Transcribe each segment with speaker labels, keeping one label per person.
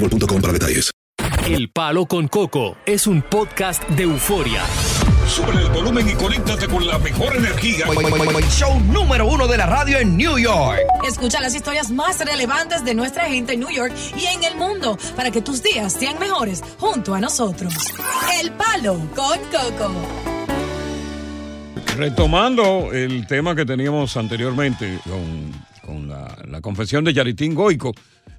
Speaker 1: para detalles.
Speaker 2: El Palo con Coco es un podcast de euforia.
Speaker 3: Sube el volumen y conéctate con la mejor energía.
Speaker 4: Show número uno de la radio en New York.
Speaker 5: Escucha las historias más relevantes de nuestra gente en New York y en el mundo para que tus días sean mejores junto a nosotros. El Palo con Coco.
Speaker 3: Retomando el tema que teníamos anteriormente con, con la, la confesión de Yaritín Goico,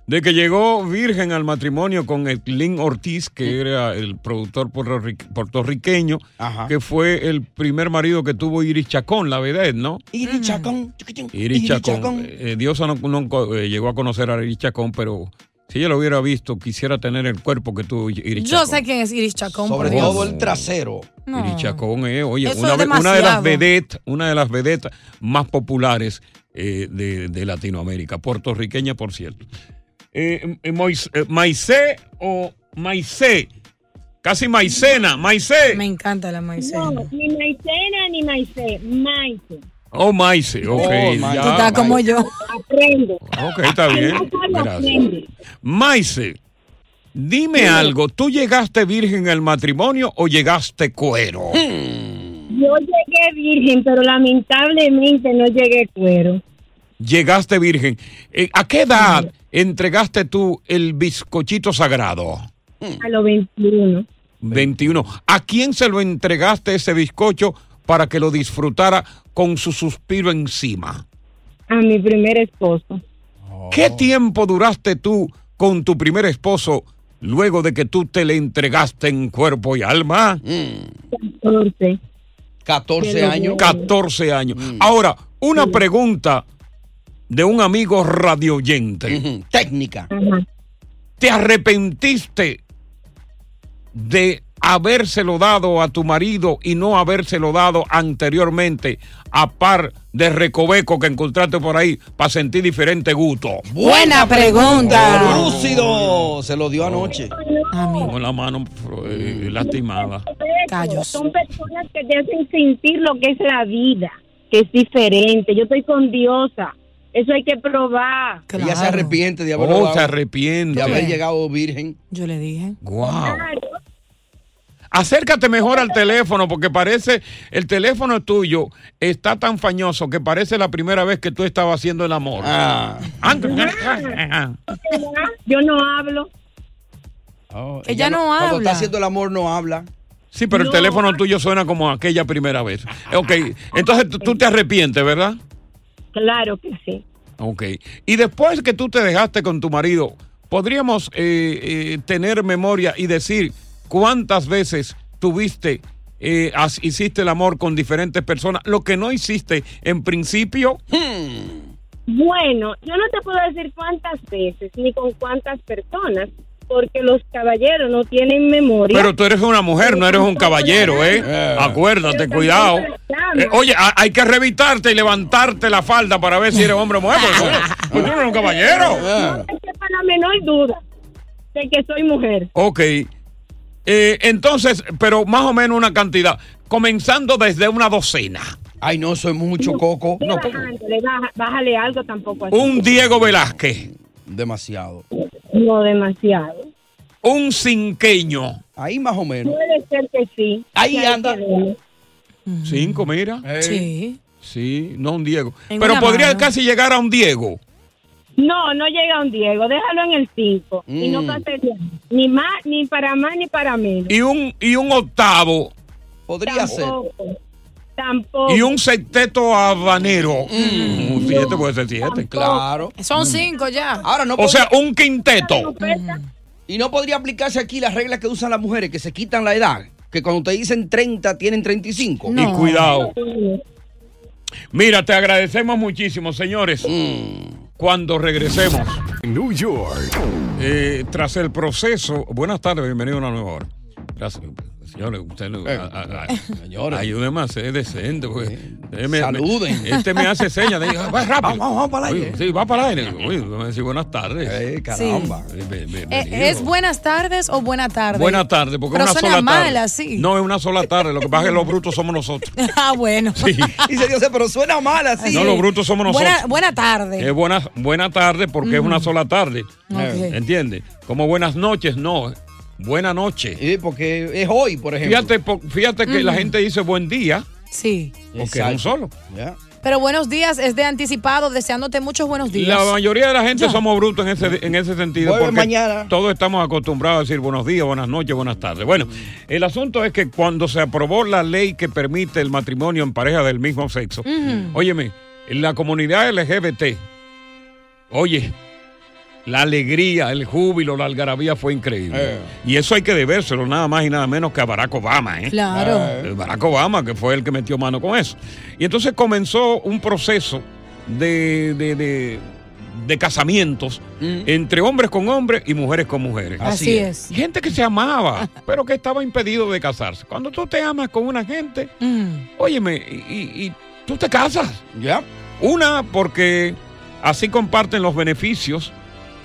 Speaker 3: de que llegó virgen al matrimonio con Etlin Ortiz, que era el productor puertorrique- puertorriqueño,
Speaker 6: Ajá.
Speaker 3: que fue el primer marido que tuvo Iris Chacón, la vedette, ¿no?
Speaker 6: Iri Chacón. chiquitín,
Speaker 3: Iris
Speaker 6: Iri
Speaker 3: Chacón.
Speaker 6: Chacón.
Speaker 3: Eh, Diosa no, no, eh, llegó a conocer a Iris Chacón, pero si ella lo hubiera visto, quisiera tener el cuerpo que tuvo Iris
Speaker 7: Yo
Speaker 3: Chacón.
Speaker 7: sé quién es Iris Chacón.
Speaker 3: Sobre
Speaker 7: por
Speaker 3: todo
Speaker 7: Dios.
Speaker 3: el
Speaker 6: trasero.
Speaker 7: No.
Speaker 3: Iris Chacón es, oye,
Speaker 7: Ah. Eso
Speaker 3: una,
Speaker 7: es
Speaker 3: ve- una de las
Speaker 7: demasiado.
Speaker 3: vedetas, una de las vedetas más populares eh, de, de Latinoamérica, puertorriqueña, por cierto. Eh, eh, Mois- eh, Maicé o Maicé, casi Maicena, Maicé.
Speaker 7: Me encanta la maicena.
Speaker 8: No, ni maicena ni maicé, maicé.
Speaker 3: Oh, Maicé, ok.
Speaker 7: Oh,
Speaker 3: ya.
Speaker 7: Tú estás como yo.
Speaker 8: Aprendo.
Speaker 3: Ok, está bien. Gracias. Maicé, dime algo, ¿tú llegaste virgen al matrimonio o llegaste cuero?
Speaker 8: Yo llegué virgen, pero lamentablemente no llegué cuero.
Speaker 3: Llegaste virgen. Eh, ¿A qué edad entregaste tú el bizcochito sagrado? Mm.
Speaker 8: A los 21.
Speaker 3: 21. ¿A quién se lo entregaste ese bizcocho para que lo disfrutara con su suspiro encima?
Speaker 8: A mi primer esposo.
Speaker 3: ¿Qué tiempo duraste tú con tu primer esposo luego de que tú te le entregaste en cuerpo y alma?
Speaker 8: 14.
Speaker 6: 14 años. Mm.
Speaker 3: 14 años. Ahora, una pregunta de un amigo radioyente.
Speaker 6: Técnica.
Speaker 3: ¿Te arrepentiste de habérselo dado a tu marido y no habérselo dado anteriormente a par de recoveco que encontraste por ahí para sentir diferente gusto?
Speaker 7: Buena pregunta.
Speaker 6: Lúcido. Se lo dio anoche.
Speaker 7: Ah,
Speaker 3: Con la mano eh, lastimada.
Speaker 7: Callos.
Speaker 8: Son personas que te hacen sentir lo que es la vida, que es diferente. Yo estoy con Diosa. Eso hay que probar.
Speaker 6: Ella se arrepiente de haberlo
Speaker 3: Oh,
Speaker 6: dado-
Speaker 3: se
Speaker 6: de haber
Speaker 3: arrepiente.
Speaker 6: llegado virgen.
Speaker 7: Yo le dije.
Speaker 3: Guau. Acércate mejor al teléfono porque parece el teléfono tuyo está tan fañoso que parece la primera vez que tú estabas haciendo el amor. Ah.
Speaker 8: Yo no hablo.
Speaker 7: Ella no
Speaker 6: Oh, Cuando
Speaker 7: habla.
Speaker 6: está haciendo el amor, no habla.
Speaker 3: Sí, pero el teléfono tuyo suena como aquella primera vez. Eh, Ok, entonces tú- tú te arrepientes, ¿verdad?
Speaker 8: Claro que sí.
Speaker 3: Ok. Y después que tú te dejaste con tu marido, ¿podríamos eh, eh, tener memoria y decir cuántas veces tuviste, eh, has- hiciste el amor con diferentes personas, lo que no hiciste en principio?
Speaker 8: Bueno, yo no te puedo decir cuántas veces ni con cuántas personas, porque los caballeros no tienen memoria.
Speaker 3: Pero tú eres una mujer, no eres un caballero, ¿eh? Acuérdate, cuidado. Eh, oye, a- hay que revitarte y levantarte la falda para ver si eres hombre o mujer. porque tú- porque tú no eres un caballero.
Speaker 8: No te quepa la menor duda.
Speaker 9: de que soy mujer.
Speaker 3: Ok. Eh, entonces, pero más o menos una cantidad. Comenzando desde una docena.
Speaker 6: Ay, no, soy mucho coco.
Speaker 9: Sí, bajándole, baja- bájale algo tampoco así.
Speaker 3: Un Diego Velázquez.
Speaker 6: Demasiado.
Speaker 9: No demasiado.
Speaker 3: Un cinqueño.
Speaker 6: Ahí más o menos.
Speaker 9: Puede ser que sí.
Speaker 6: Ahí
Speaker 9: Ya
Speaker 6: anda.
Speaker 9: que vemos.
Speaker 3: Cinco, mira.
Speaker 6: Eh.
Speaker 9: Sí.
Speaker 3: Sí, no un Diego.
Speaker 9: En
Speaker 3: pero
Speaker 9: una
Speaker 3: podría
Speaker 9: mano.
Speaker 3: casi llegar a un Diego.
Speaker 9: No, no llega un Diego. Déjalo en el 5. Y no
Speaker 3: Mm.
Speaker 9: pasaría. Ni más, ni para más, ni para menos.
Speaker 3: Y un, y un octavo.
Speaker 9: Tampoco. Tampoco.
Speaker 3: Y un sexteto habanero.
Speaker 9: Mm.
Speaker 3: Un siete puede ser siete.
Speaker 6: Claro.
Speaker 5: Son cinco ya.
Speaker 6: Ahora Mm. no
Speaker 3: O sea,
Speaker 6: podría-
Speaker 3: un quinteto.
Speaker 7: Mm.
Speaker 6: Y no podría aplicarse aquí las reglas que usan las mujeres, que se quitan la edad. Que cuando te dicen 30, tienen 35.
Speaker 3: Y cuidado. Mira, te agradecemos muchísimo, señores. Cuando regresemos. En New York. tras el proceso. Buenas tardes, bienvenido a una nueva hora. Gracias. Señores, usted no.
Speaker 6: Eh,
Speaker 3: a- a- a- Ayúdeme a ser decente. porque usted me-
Speaker 6: Saluden.
Speaker 3: me- este me hace señas. de- va rápido.
Speaker 6: Vamos, vamos, vamos para el
Speaker 3: Oye,
Speaker 6: aire.
Speaker 3: Sí, va para el aire. Oye, me decir buenas tardes. Eh,
Speaker 5: caramba. Eh,
Speaker 3: Bienvenido.
Speaker 5: ¿Es buenas tardes o buena tarde?
Speaker 3: Buenas tardes, porque
Speaker 5: Pero
Speaker 3: es una
Speaker 5: suena
Speaker 3: sola
Speaker 5: mal
Speaker 3: tarde.
Speaker 5: así.
Speaker 3: No, es una sola tarde. Lo que pasa es que los brutos somos nosotros.
Speaker 5: ah, bueno.
Speaker 3: Sí.
Speaker 6: Dice Dios, pero suena mal así.
Speaker 3: No, los brutos somos nosotros.
Speaker 5: Buena, buena tarde.
Speaker 3: Es buena, buena tarde porque es
Speaker 5: Eh. Ujú.
Speaker 3: una sola tarde. Eh,
Speaker 5: Ok.
Speaker 3: ¿Entiendes? Como buenas noches, no. Buena noche.
Speaker 6: porque es hoy, por ejemplo.
Speaker 3: Fíjate, po- fíjate que la
Speaker 5: Ujú.
Speaker 3: gente dice buen día
Speaker 5: Sí.
Speaker 3: porque es un solo.
Speaker 5: Pero buenos días es de anticipado, deseándote muchos buenos días.
Speaker 3: La mayoría de la gente somos brutos en ese, en ese sentido.
Speaker 5: Vuelve
Speaker 3: Porque
Speaker 5: mañana.
Speaker 3: todos estamos acostumbrados a decir buenos días, buenas noches, buenas tardes. Bueno, el asunto es que cuando se aprobó la ley que permite el matrimonio en pareja del mismo sexo,
Speaker 10: Mm.
Speaker 5: Ujú.
Speaker 3: óyeme, en la comunidad LGBT, oye, la alegría, el júbilo, la algarabía fue increíble. Y eso hay que debérselo nada más y nada menos que a Barack Obama, ¿eh?
Speaker 5: Claro.
Speaker 3: Eh, Barack Obama, que fue el que metió mano con eso. Y entonces comenzó un proceso de, de- de- de casamientos
Speaker 6: Mm.
Speaker 3: entre hombres con hombres y mujeres con mujeres.
Speaker 5: Así Así es.
Speaker 3: Gente que se amaba, pero que estaba impedido de casarse. Cuando tú te amas con una gente, óyeme, y, y- y tú te casas.
Speaker 6: Mm. Ya.
Speaker 3: Una, porque así comparten los beneficios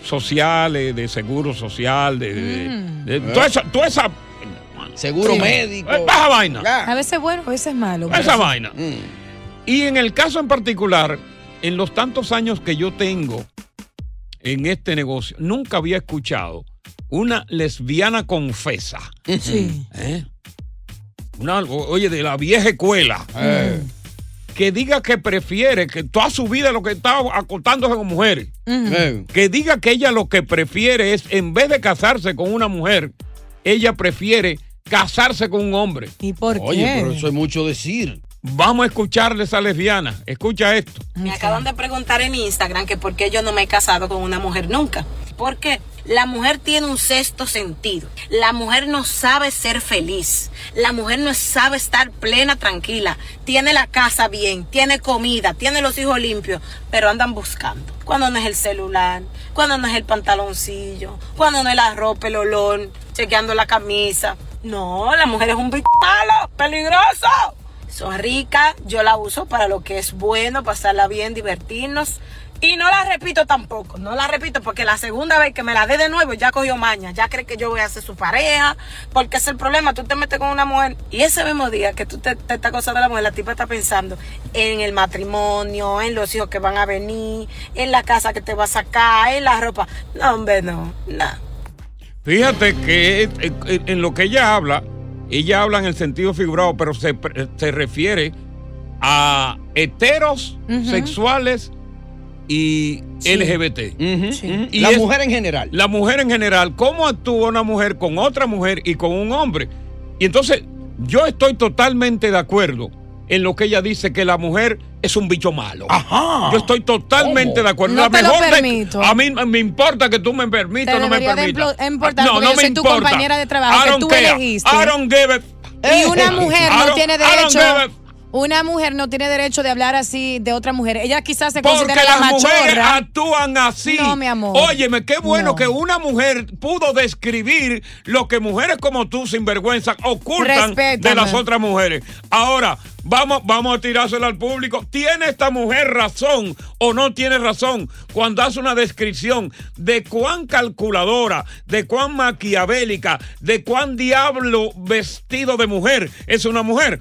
Speaker 3: sociales, de seguro social, de... de- de- toda esa... toda esa-
Speaker 6: Mm. Seguro
Speaker 3: Sí.
Speaker 6: médico.
Speaker 3: Eh, Baja vaina.
Speaker 5: A veces bueno, a veces malo.
Speaker 3: Esa vaina. Mm. Y en el caso en particular, en los tantos años que yo tengo en este negocio, nunca había escuchado una lesbiana confesa.
Speaker 5: Sí.
Speaker 3: ¿Eh? Una- o- oye, de la vieja escuela. Que diga que prefiere, que toda su vida lo que está acotándose con mujeres. Eh.
Speaker 5: Mm.
Speaker 3: Que diga que ella lo que prefiere es, en vez de casarse con una mujer, ella prefiere casarse con un hombre.
Speaker 5: ¿Y por
Speaker 3: Oye,
Speaker 5: qué?
Speaker 3: pero
Speaker 6: Eso es mucho decir.
Speaker 3: Vamos a escucharle a esa lesbiana. Escucha esto.
Speaker 11: Me acaban de preguntar en Instagram que por qué yo no me he casado con una mujer nunca. Porque la mujer tiene un sexto sentido. La mujer no sabe ser feliz. La mujer no sabe estar plena, tranquila. Tiene la casa bien, tiene comida, tiene los hijos limpios, pero andan buscando. Cuando no es el celular, cuando no es el pantaloncillo, cuando no es la ropa, el olor, chequeando la camisa. No, la mujer es un bicho malo, peligroso. Son ricas, yo la uso para lo que es bueno, pasarla bien, divertirnos. Y no la repito tampoco, no la repito porque la segunda vez que me la dé de nuevo ya cogió maña, ya cree que yo voy a ser su pareja, porque es el problema, tú te metes con una mujer y ese mismo día que tú te, te estás acosando a la mujer, la tipa está pensando en el matrimonio, en los hijos que van a venir, en la casa que te va a sacar, en la ropa. No, hombre, no, no.
Speaker 3: Fíjate que eh, eh, en lo que ella habla, ella habla en el sentido figurado, pero se, pre- se refiere a heteros sexuales y LGBT. Mm, Y
Speaker 6: la
Speaker 3: es-
Speaker 6: mujer en general.
Speaker 3: La mujer en general, ¿cómo actúa una mujer con otra mujer y con un hombre? Y entonces, yo estoy totalmente de acuerdo en lo que ella dice, que la mujer es un bicho malo. Ajá. Yo estoy totalmente de acuerdo.
Speaker 5: No
Speaker 3: La
Speaker 5: te lo
Speaker 3: mejor de-
Speaker 5: permito.
Speaker 3: a mí me importa que tú me permitas
Speaker 5: Te
Speaker 3: o no me
Speaker 5: debería de
Speaker 3: permitas. Ah,
Speaker 5: implo- importar,
Speaker 3: no,
Speaker 5: porque
Speaker 3: no
Speaker 5: yo
Speaker 3: me
Speaker 5: soy tu
Speaker 3: importa.
Speaker 5: compañera de trabajo, que
Speaker 3: I don't
Speaker 5: tú
Speaker 3: care.
Speaker 5: elegiste.
Speaker 3: I don't give a-
Speaker 5: Y una mujer
Speaker 3: Eh, I
Speaker 5: no
Speaker 3: don't-
Speaker 5: tiene
Speaker 3: I don't
Speaker 5: derecho.
Speaker 3: give a-
Speaker 5: Una mujer no tiene derecho de hablar así de otra mujer. Ella quizás se
Speaker 3: Porque
Speaker 5: considera la
Speaker 3: las mujeres
Speaker 5: machorra.
Speaker 3: actúan así.
Speaker 5: No, mi amor.
Speaker 3: Óyeme, qué bueno
Speaker 5: No.
Speaker 3: que una mujer pudo describir lo que mujeres como tú, sinvergüenza, ocultan
Speaker 5: Respétame.
Speaker 3: de las otras mujeres. Ahora, vamos, vamos a tirárselo al público. ¿Tiene esta mujer razón o no tiene razón cuando hace una descripción de cuán calculadora, de cuán maquiavélica, de cuán diablo vestido de mujer es una mujer?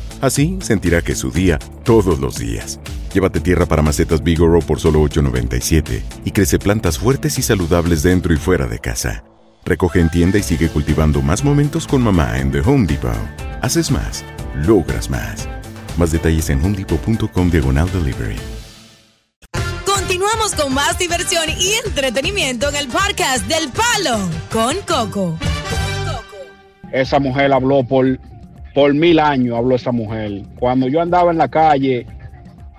Speaker 12: Así sentirá que es su día todos los días. Llévate tierra para macetas Bigoro por solo $8.97 y crece plantas fuertes y saludables dentro y fuera de casa. Recoge en tienda y sigue cultivando más momentos con mamá en The Home Depot. Haces más, logras más. Más detalles en homedepot.com diagonal delivery.
Speaker 13: Continuamos con más diversión y entretenimiento en el podcast del Palo con Coco.
Speaker 10: Esa mujer habló por, por mil años, habló esa mujer. Cuando yo andaba en la calle,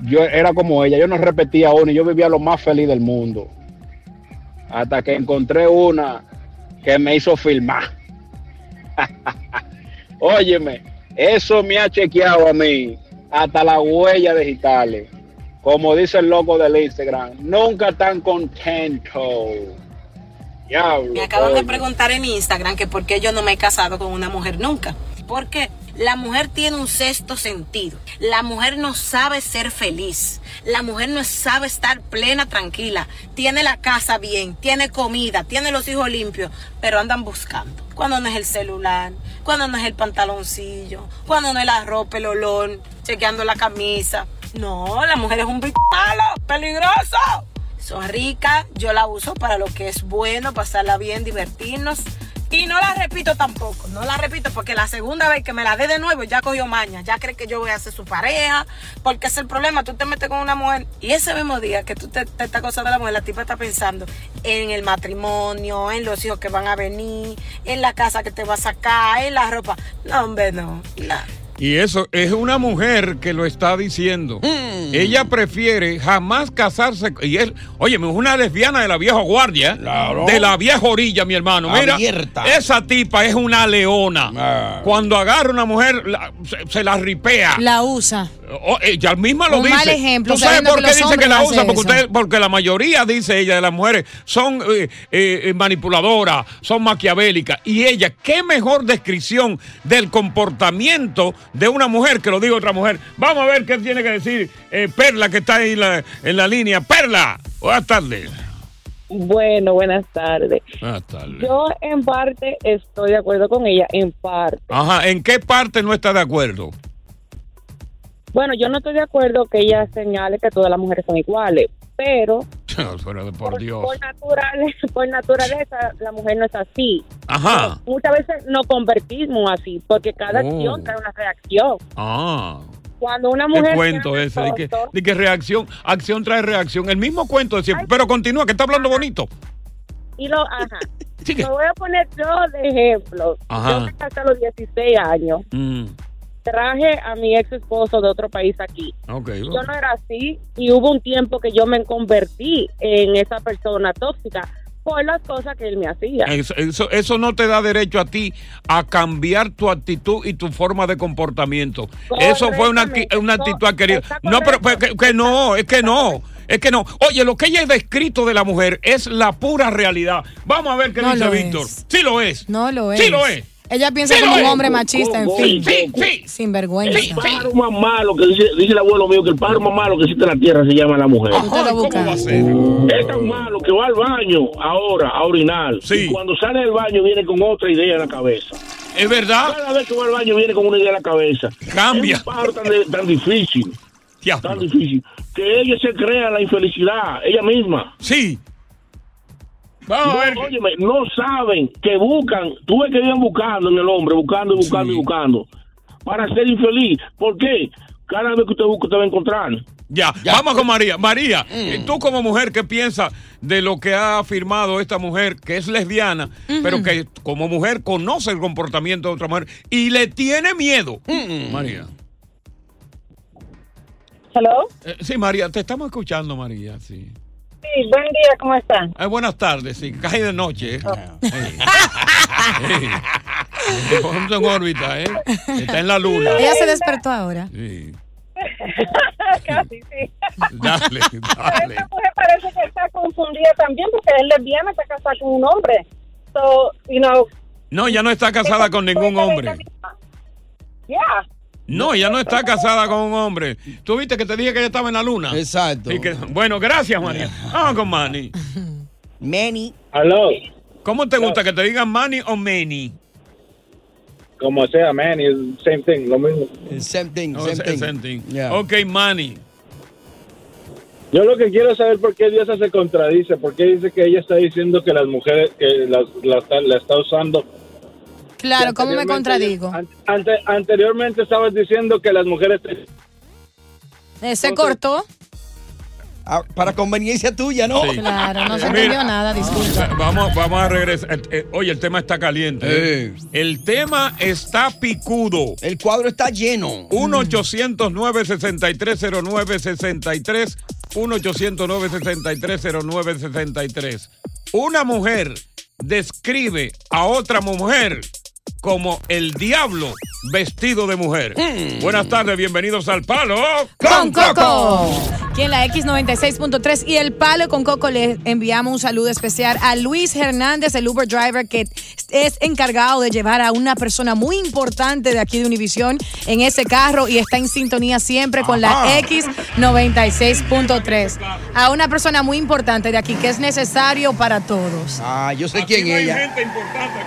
Speaker 10: yo era como ella, yo no repetía una, y yo vivía lo más feliz del mundo. Hasta que encontré una que me hizo filmar. Óyeme, eso me ha chequeado a mí, hasta las huellas digitales. Como dice el loco del Instagram, nunca tan contento. Diablo,
Speaker 11: Me acaban de
Speaker 10: oye.
Speaker 11: preguntar en Instagram que por qué yo no me he casado con una mujer nunca. Porque la mujer tiene un sexto sentido. La mujer no sabe ser feliz. La mujer no sabe estar plena, tranquila. Tiene la casa bien, tiene comida, tiene los hijos limpios, pero andan buscando. Cuando no es el celular, cuando no es el pantaloncillo, cuando no es la ropa, el olor, chequeando la camisa. No, la mujer es un bicho malo, peligroso. Son ricas, yo la uso para lo que es bueno, pasarla bien, divertirnos. Y no la repito tampoco, no la repito porque la segunda vez que me la dé de nuevo ya cogió maña, ya cree que yo voy a ser su pareja, porque es el problema, tú te metes con una mujer y ese mismo día que tú te, te estás gozando de la mujer, la tipa está pensando en el matrimonio, en los hijos que van a venir, en la casa que te va a sacar, en la ropa. No, hombre, no. no.
Speaker 3: Y eso es una mujer que lo está diciendo. Ella prefiere jamás casarse. Y él, oye, es una lesbiana de la vieja guardia, de la vieja orilla, mi hermano. Mira,
Speaker 6: Abierta.
Speaker 3: esa tipa es una leona. Cuando agarra una mujer, la- se, se la ripea.
Speaker 5: La usa.
Speaker 3: O- ella Oh, eh, misma lo
Speaker 5: Un
Speaker 3: dice.
Speaker 5: mal ejemplo,
Speaker 3: ¿Tú sabes
Speaker 5: sabiendo
Speaker 3: por
Speaker 5: que
Speaker 3: qué
Speaker 5: los
Speaker 3: dice que
Speaker 5: hombres
Speaker 3: la
Speaker 5: hacen
Speaker 3: usa? Porque,
Speaker 5: eso.
Speaker 3: ustedes- porque la mayoría, dice ella, de las mujeres son eh, eh, manipuladoras, son maquiavélicas. Y ella, qué mejor descripción del comportamiento de una mujer que lo diga otra mujer. Vamos a ver qué tiene que decir eh, Perla, que está ahí en la- en la línea. Perla, buenas tardes.
Speaker 14: Bueno, buenas tardes.
Speaker 3: Buenas tardes.
Speaker 14: Yo en parte estoy de acuerdo con ella, en parte.
Speaker 3: Ajá, ¿en qué parte no está de acuerdo?
Speaker 14: Bueno, yo no estoy de acuerdo que ella señale que todas las mujeres son iguales, pero
Speaker 3: Pero de por Dios.
Speaker 14: por naturaleza, por naturaleza la mujer no es así.
Speaker 3: Ajá.
Speaker 14: Muchas veces nos convertimos así, porque cada
Speaker 3: Oh.
Speaker 14: acción trae una reacción.
Speaker 3: Ah.
Speaker 14: Cuando una
Speaker 3: ¿Qué
Speaker 14: mujer...
Speaker 3: cuento ese? ¿De que, de que reacción? Acción trae reacción. El mismo cuento de siempre. Pero continúa, que está hablando bonito.
Speaker 14: Y lo, ajá. Lo voy a poner yo de ejemplo.
Speaker 3: Ajá.
Speaker 14: Yo me casé a los 16 años.
Speaker 3: Mm,
Speaker 14: Traje a mi ex esposo de otro país aquí.
Speaker 3: ok.
Speaker 14: yo no era así y hubo un tiempo que yo me convertí en esa persona tóxica por las cosas que él me hacía.
Speaker 3: Eso, eso- eso no te da derecho a ti a cambiar tu actitud y tu forma de comportamiento. Eso fue una, acti- una actitud adquirida. No, pero pero que, que no, es que no. Es que no. Oye, lo que ella ha descrito de la mujer es la pura realidad. Vamos a ver qué
Speaker 5: No
Speaker 3: dice
Speaker 5: lo
Speaker 3: Víctor.
Speaker 5: es.
Speaker 3: Sí lo es.
Speaker 5: No lo es.
Speaker 3: Sí lo es.
Speaker 5: Ella piensa
Speaker 3: Sí
Speaker 5: como
Speaker 3: lo
Speaker 5: un
Speaker 3: es.
Speaker 5: hombre machista, en
Speaker 3: Sí,
Speaker 5: fin.
Speaker 3: sí, sí,
Speaker 5: Sinvergüenza.
Speaker 15: pájaro más malo que dice, dice el abuelo mío que el pájaro más malo que existe en la tierra se llama la mujer.
Speaker 5: Tú te lo buscas.
Speaker 15: Es tan malo que va al baño ahora a orinar. Y cuando sale del baño viene con otra idea en la cabeza.
Speaker 3: Es verdad.
Speaker 15: Cada vez que va al baño viene con una idea en la cabeza.
Speaker 3: Cambia.
Speaker 15: Es un pájaro tan, de- tan difícil. Tan difícil. Que ella se crea la infelicidad, ella misma.
Speaker 3: Sí.
Speaker 15: no, óyeme, no saben que buscan, tuve que ir buscando en el hombre, buscando y buscando y buscando, para ser infeliz. ¿Por qué? Cada vez que usted busca, usted va a encontrar.
Speaker 3: Ya. vamos con María. María, eh, tú como mujer, ¿qué piensas de lo que ha afirmado esta mujer que es lesbiana,
Speaker 16: Ujú.
Speaker 3: pero que como mujer conoce el comportamiento de otra mujer y le tiene miedo? María.
Speaker 8: ¿Hello?
Speaker 3: Eh, sí, María, te estamos escuchando, María, sí.
Speaker 8: Sí, buen día, ¿cómo están?
Speaker 3: Ay, buenas tardes, sí, cae de noche. ¿eh? Sí. Sí. Te ponemos en órbita, ¿eh? Está en la luna.
Speaker 5: Ella se despertó ahora.
Speaker 3: Sí.
Speaker 8: Casi, sí.
Speaker 3: Dale, dale.
Speaker 8: Esta mujer parece que está confundida también porque es lesbiana, está casada con un hombre. So, you know,
Speaker 3: No, ya no está casada con ningún hombre.
Speaker 8: yeah.
Speaker 3: No, ya no está casada con un hombre. Tú viste que te dije que ella estaba en la luna. Exacto. bueno, gracias, María. Vamos con Manny.
Speaker 6: Manny.
Speaker 17: Aló.
Speaker 3: ¿Cómo te gusta que te digan Manny o Manny?
Speaker 17: Como sea, man, es same thing, lo mismo.
Speaker 6: Same thing,
Speaker 3: No, se- same thing. Oh, Ok, Manny.
Speaker 17: Yo lo que quiero saber por qué Diosa se contradice, por qué dice que ella está diciendo que las mujeres, que las, la, está- la está usando.
Speaker 5: Claro, ¿cómo me
Speaker 17: Anteriormente,
Speaker 5: contradigo?
Speaker 17: Ante- anteriormente estabas diciendo que las mujeres... te-
Speaker 5: Eh, se cortó.
Speaker 6: Ah, para conveniencia tuya, ¿no?
Speaker 3: Sí.
Speaker 5: Claro, no se
Speaker 3: Mira.
Speaker 5: entendió nada, disculpa.
Speaker 3: Vamos, vamos a regresar. Eh, eh, Oye, el tema está caliente. ¿eh? El tema está picudo.
Speaker 6: El cuadro está lleno.
Speaker 3: 1-800-963-0963. 1-800-963-0963. Una mujer describe a otra mujer como el diablo vestido de mujer.
Speaker 6: Mm.
Speaker 3: Buenas tardes, bienvenidos al Palo
Speaker 5: con Coco. Aquí en la X96.3 y el palo con Coco le enviamos un saludo especial a Luis Hernández, el Uber driver que es encargado de llevar a una persona muy importante de aquí de Univisión en ese carro y está en sintonía siempre con
Speaker 18: Ajá.
Speaker 5: la X96.3. A una persona muy importante de aquí que es necesario para todos.
Speaker 6: Ah, yo sé quién es ella.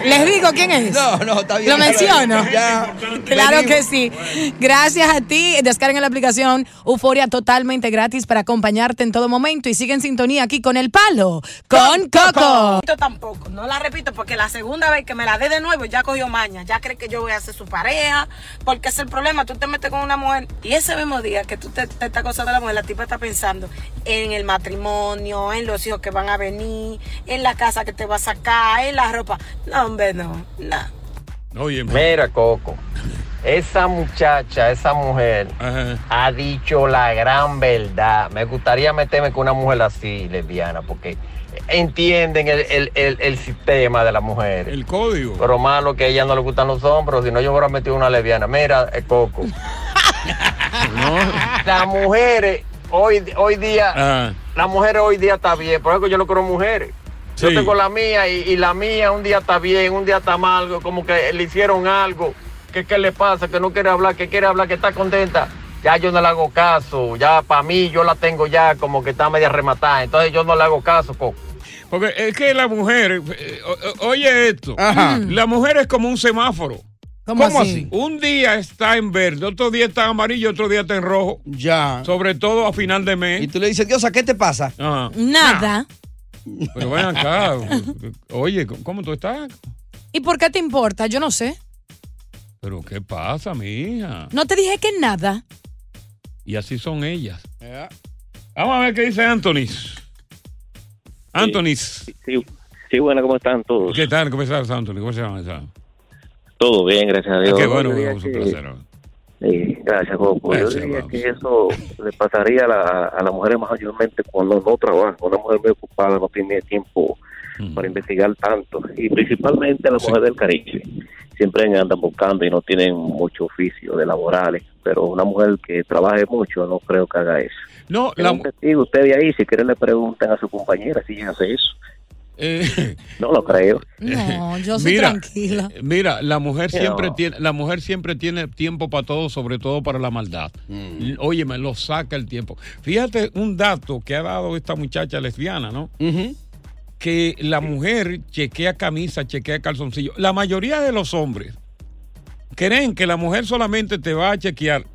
Speaker 5: Les digo quién es.
Speaker 6: No, no, está bien.
Speaker 5: Lo menciono.
Speaker 6: Ya.
Speaker 5: Claro
Speaker 6: Venimos.
Speaker 5: que sí. Gracias a ti. Descarguen la aplicación Euforia totalmente gratis para acompañarte en todo momento y sigue en sintonía aquí con El Palo con Coco.
Speaker 11: Yo tampoco, no la repito porque la segunda vez que me la dé de nuevo ya cogió maña, ya cree que yo voy a ser su pareja, porque es el problema, tú te metes con una mujer y ese mismo día que tú te, te estás acosando a la mujer, la tipa está pensando en el matrimonio, en los hijos que van a venir, en la casa que te va a sacar, en la ropa. No, hombre, no, no.
Speaker 19: Mira, Coco, esa muchacha, esa mujer, ha dicho la gran verdad. Me gustaría meterme con una mujer así, lesbiana, porque entienden el, el- el- el sistema de las mujeres.
Speaker 3: El código.
Speaker 19: Pero malo que a ella no le gustan los hombros, si no yo hubiera metido una lesbiana. Mira, eh, Coco. Las mujeres hoy, hoy día,
Speaker 3: Ah.
Speaker 19: las mujeres hoy día está bien, por eso yo no creo mujeres. Yo
Speaker 3: Sí.
Speaker 19: tengo la mía y, y la mía un día está bien, un día está mal, como que le hicieron algo, que qué le pasa, que no quiere hablar, que quiere hablar, que está contenta. Ya yo no le hago caso, ya para mí yo la tengo ya como que está media rematada, entonces yo no le hago caso, Coco.
Speaker 3: Porque es que la mujer, eh, o- o- oye esto,
Speaker 19: Ajá.
Speaker 3: la mujer es como un semáforo.
Speaker 6: Mm. ¿Cómo ¿Cómo así? así?
Speaker 3: Un día está en verde, otro día está en amarillo, otro día está en rojo.
Speaker 6: Ya.
Speaker 3: Sobre todo a final de mes.
Speaker 6: Y tú le dices, Diosa, ¿qué te pasa?
Speaker 3: Ajá.
Speaker 5: Nada.
Speaker 3: Pero ven acá. oye, ¿cómo tú estás?
Speaker 5: ¿Y por qué te importa? Yo no sé.
Speaker 3: Pero ¿qué pasa, mi hija?
Speaker 5: No te dije que nada.
Speaker 3: Y así son ellas. Vamos a ver qué dice Anthony. Anthony.
Speaker 20: Sí, sí, bueno, ¿cómo están todos?
Speaker 3: ¿Qué tal? ¿Cómo estás, Anthony? ¿Cómo se llama esa?
Speaker 20: Todo bien, gracias a Dios.
Speaker 3: Ah, Qué bueno, bueno,
Speaker 20: Yo diría
Speaker 3: es un
Speaker 20: que-
Speaker 3: placer.
Speaker 20: Sí, gracias, Coco.
Speaker 3: Gracias,
Speaker 20: Yo diría que eso le pasaría a, la- a las mujeres mayormente cuando no trabajan. Una mujer muy ocupada no tiene tiempo
Speaker 3: Mm.
Speaker 20: para investigar tanto. Y principalmente a las mujeres del Caribe. Siempre andan buscando y no tienen mucho oficio de laborales. Pero una mujer que trabaje mucho no creo que haga eso.
Speaker 3: No,
Speaker 20: la... usted de ahí, si quiere le preguntan a su compañera si ella hace eso.
Speaker 3: Eh,
Speaker 20: No lo creo.
Speaker 5: No, yo soy
Speaker 3: Mira, eh,
Speaker 5: tranquila.
Speaker 3: Mira, la mujer
Speaker 5: No.
Speaker 3: siempre tiene, la mujer siempre tiene tiempo para todo, sobre todo para la maldad. L- Óyeme, lo saca el tiempo. Fíjate un dato que ha dado esta muchacha lesbiana, ¿no? Que la mujer chequea camisa, chequea calzoncillo. La mayoría de los hombres creen que la mujer solamente te va a chequear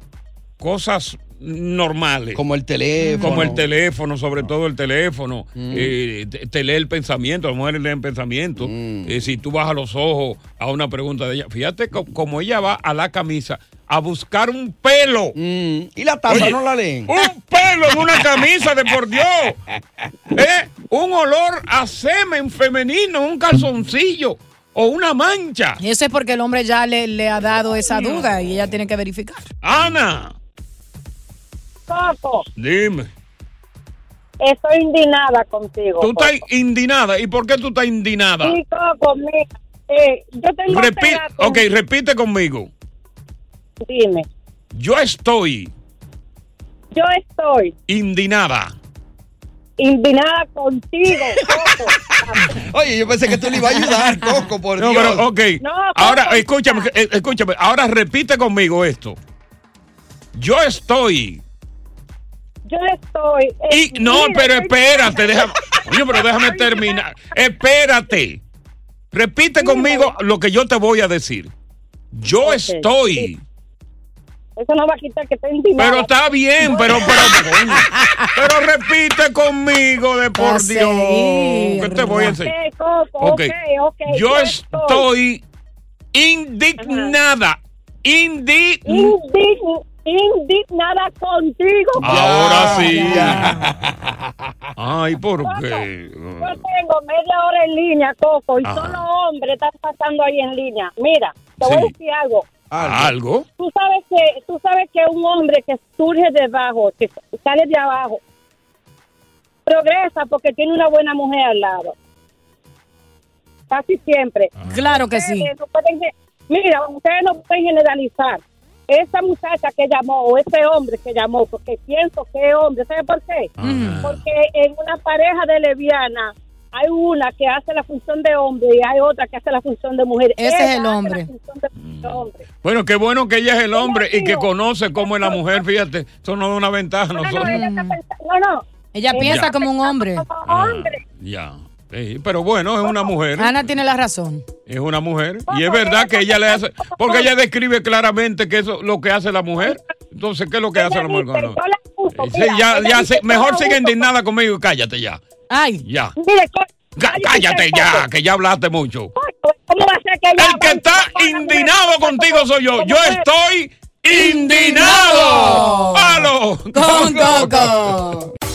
Speaker 3: cosas normales.
Speaker 6: Como el teléfono. Mm.
Speaker 3: Como el teléfono, sobre todo el teléfono. Eh, te, te lee el pensamiento, las mujeres leen pensamiento.
Speaker 6: Mm.
Speaker 3: Eh, si tú vas a los ojos a una pregunta de ella, fíjate co- como ella va a la camisa a buscar un pelo.
Speaker 6: Mm. Y la taza no la leen.
Speaker 3: Un pelo en una camisa de por Dios. Eh, Un olor a semen femenino, un calzoncillo o una mancha.
Speaker 5: Y eso es porque el hombre ya le, le ha dado esa duda y ella tiene que verificar.
Speaker 3: Ana,
Speaker 8: Coco,
Speaker 3: dime.
Speaker 8: estoy indignada contigo.
Speaker 3: Tú
Speaker 8: Coco.
Speaker 3: estás indignada. ¿Y por qué tú estás indignada?
Speaker 8: Sí, Coco, mira, eh, yo tengo
Speaker 3: Repi-
Speaker 8: este dato.
Speaker 3: ok, repite conmigo.
Speaker 8: Dime,
Speaker 3: Yo estoy
Speaker 8: yo estoy
Speaker 3: indignada.
Speaker 8: indignada contigo, Coco.
Speaker 6: Oye, yo pensé que tú le ibas a ayudar, Coco, por
Speaker 3: No,
Speaker 6: Dios.
Speaker 3: pero ok.
Speaker 8: No,
Speaker 3: ahora, escúchame, eh, escúchame. Ahora repite conmigo esto. Yo estoy.
Speaker 8: Yo estoy.
Speaker 3: Y, no,
Speaker 8: mira,
Speaker 3: pero
Speaker 8: estoy-
Speaker 3: espérate, déjame. Oye, pero déjame terminar. Espérate. Repite conmigo lo que yo te voy a decir. Yo
Speaker 8: Ok,
Speaker 3: estoy.
Speaker 8: Eso no va a quitar que esté indignada.
Speaker 3: Pero está bien, pero, pero, coño. pero repite conmigo de
Speaker 8: A
Speaker 3: por Dios.
Speaker 8: seguir.
Speaker 3: Que te voy a enseñar.
Speaker 8: Ok, Coco,
Speaker 3: Ok.
Speaker 8: ok, ok,
Speaker 3: Yo
Speaker 8: yo
Speaker 3: estoy indignada. Indi.
Speaker 8: Indign- indignada contigo. Coco.
Speaker 3: Ahora sí. Ay, ¿por qué?
Speaker 8: Yo tengo media hora en línea, Coco, y
Speaker 3: Ajá.
Speaker 8: solo hombres están pasando ahí en línea. Mira, te voy a
Speaker 3: Sí.
Speaker 8: decir algo.
Speaker 3: ¿Algo?
Speaker 8: Tú sabes que tú sabes que un hombre que surge de abajo, que sale de abajo, progresa porque tiene una buena mujer al lado. Casi siempre.
Speaker 5: Ah. Claro que sí.
Speaker 8: Ustedes no pueden ge- mira, ustedes no pueden generalizar. Esa muchacha que llamó, o ese hombre que llamó, porque pienso que es hombre, ¿sabe por qué?
Speaker 5: Ah. Mm.
Speaker 8: Porque en una pareja de lesbiana hay una que hace la función de hombre y hay otra que hace la función de mujer.
Speaker 5: Ese es
Speaker 8: Ella
Speaker 5: el
Speaker 8: hace la
Speaker 5: hombre.
Speaker 8: función de hombre.
Speaker 3: Bueno, qué bueno que ella es el hombre y que conoce cómo es la mujer, fíjate. Eso nos da una ventaja a nosotros.
Speaker 8: No, no.
Speaker 5: Ella
Speaker 3: Ella
Speaker 5: piensa
Speaker 3: está
Speaker 5: como un hombre.
Speaker 3: Ya. Sí, pero bueno, es una mujer.
Speaker 5: Ana tiene la razón.
Speaker 3: Es una mujer. Y es verdad que ella le hace. Porque ella describe claramente que eso es lo que hace la mujer. Entonces, ¿qué es lo que hace la mujer? con la mujer? Sí, ya, ya, sé- mejor sigue indignada conmigo y cállate ya.
Speaker 5: Ay.
Speaker 3: Ya.
Speaker 8: Mire,
Speaker 3: Cá- cállate ya, que ya hablaste mucho.
Speaker 8: ¿Cómo va a ser que
Speaker 3: El que está indignado contigo soy yo. Yo estoy indignado. ¡Palo!
Speaker 5: Con Coco.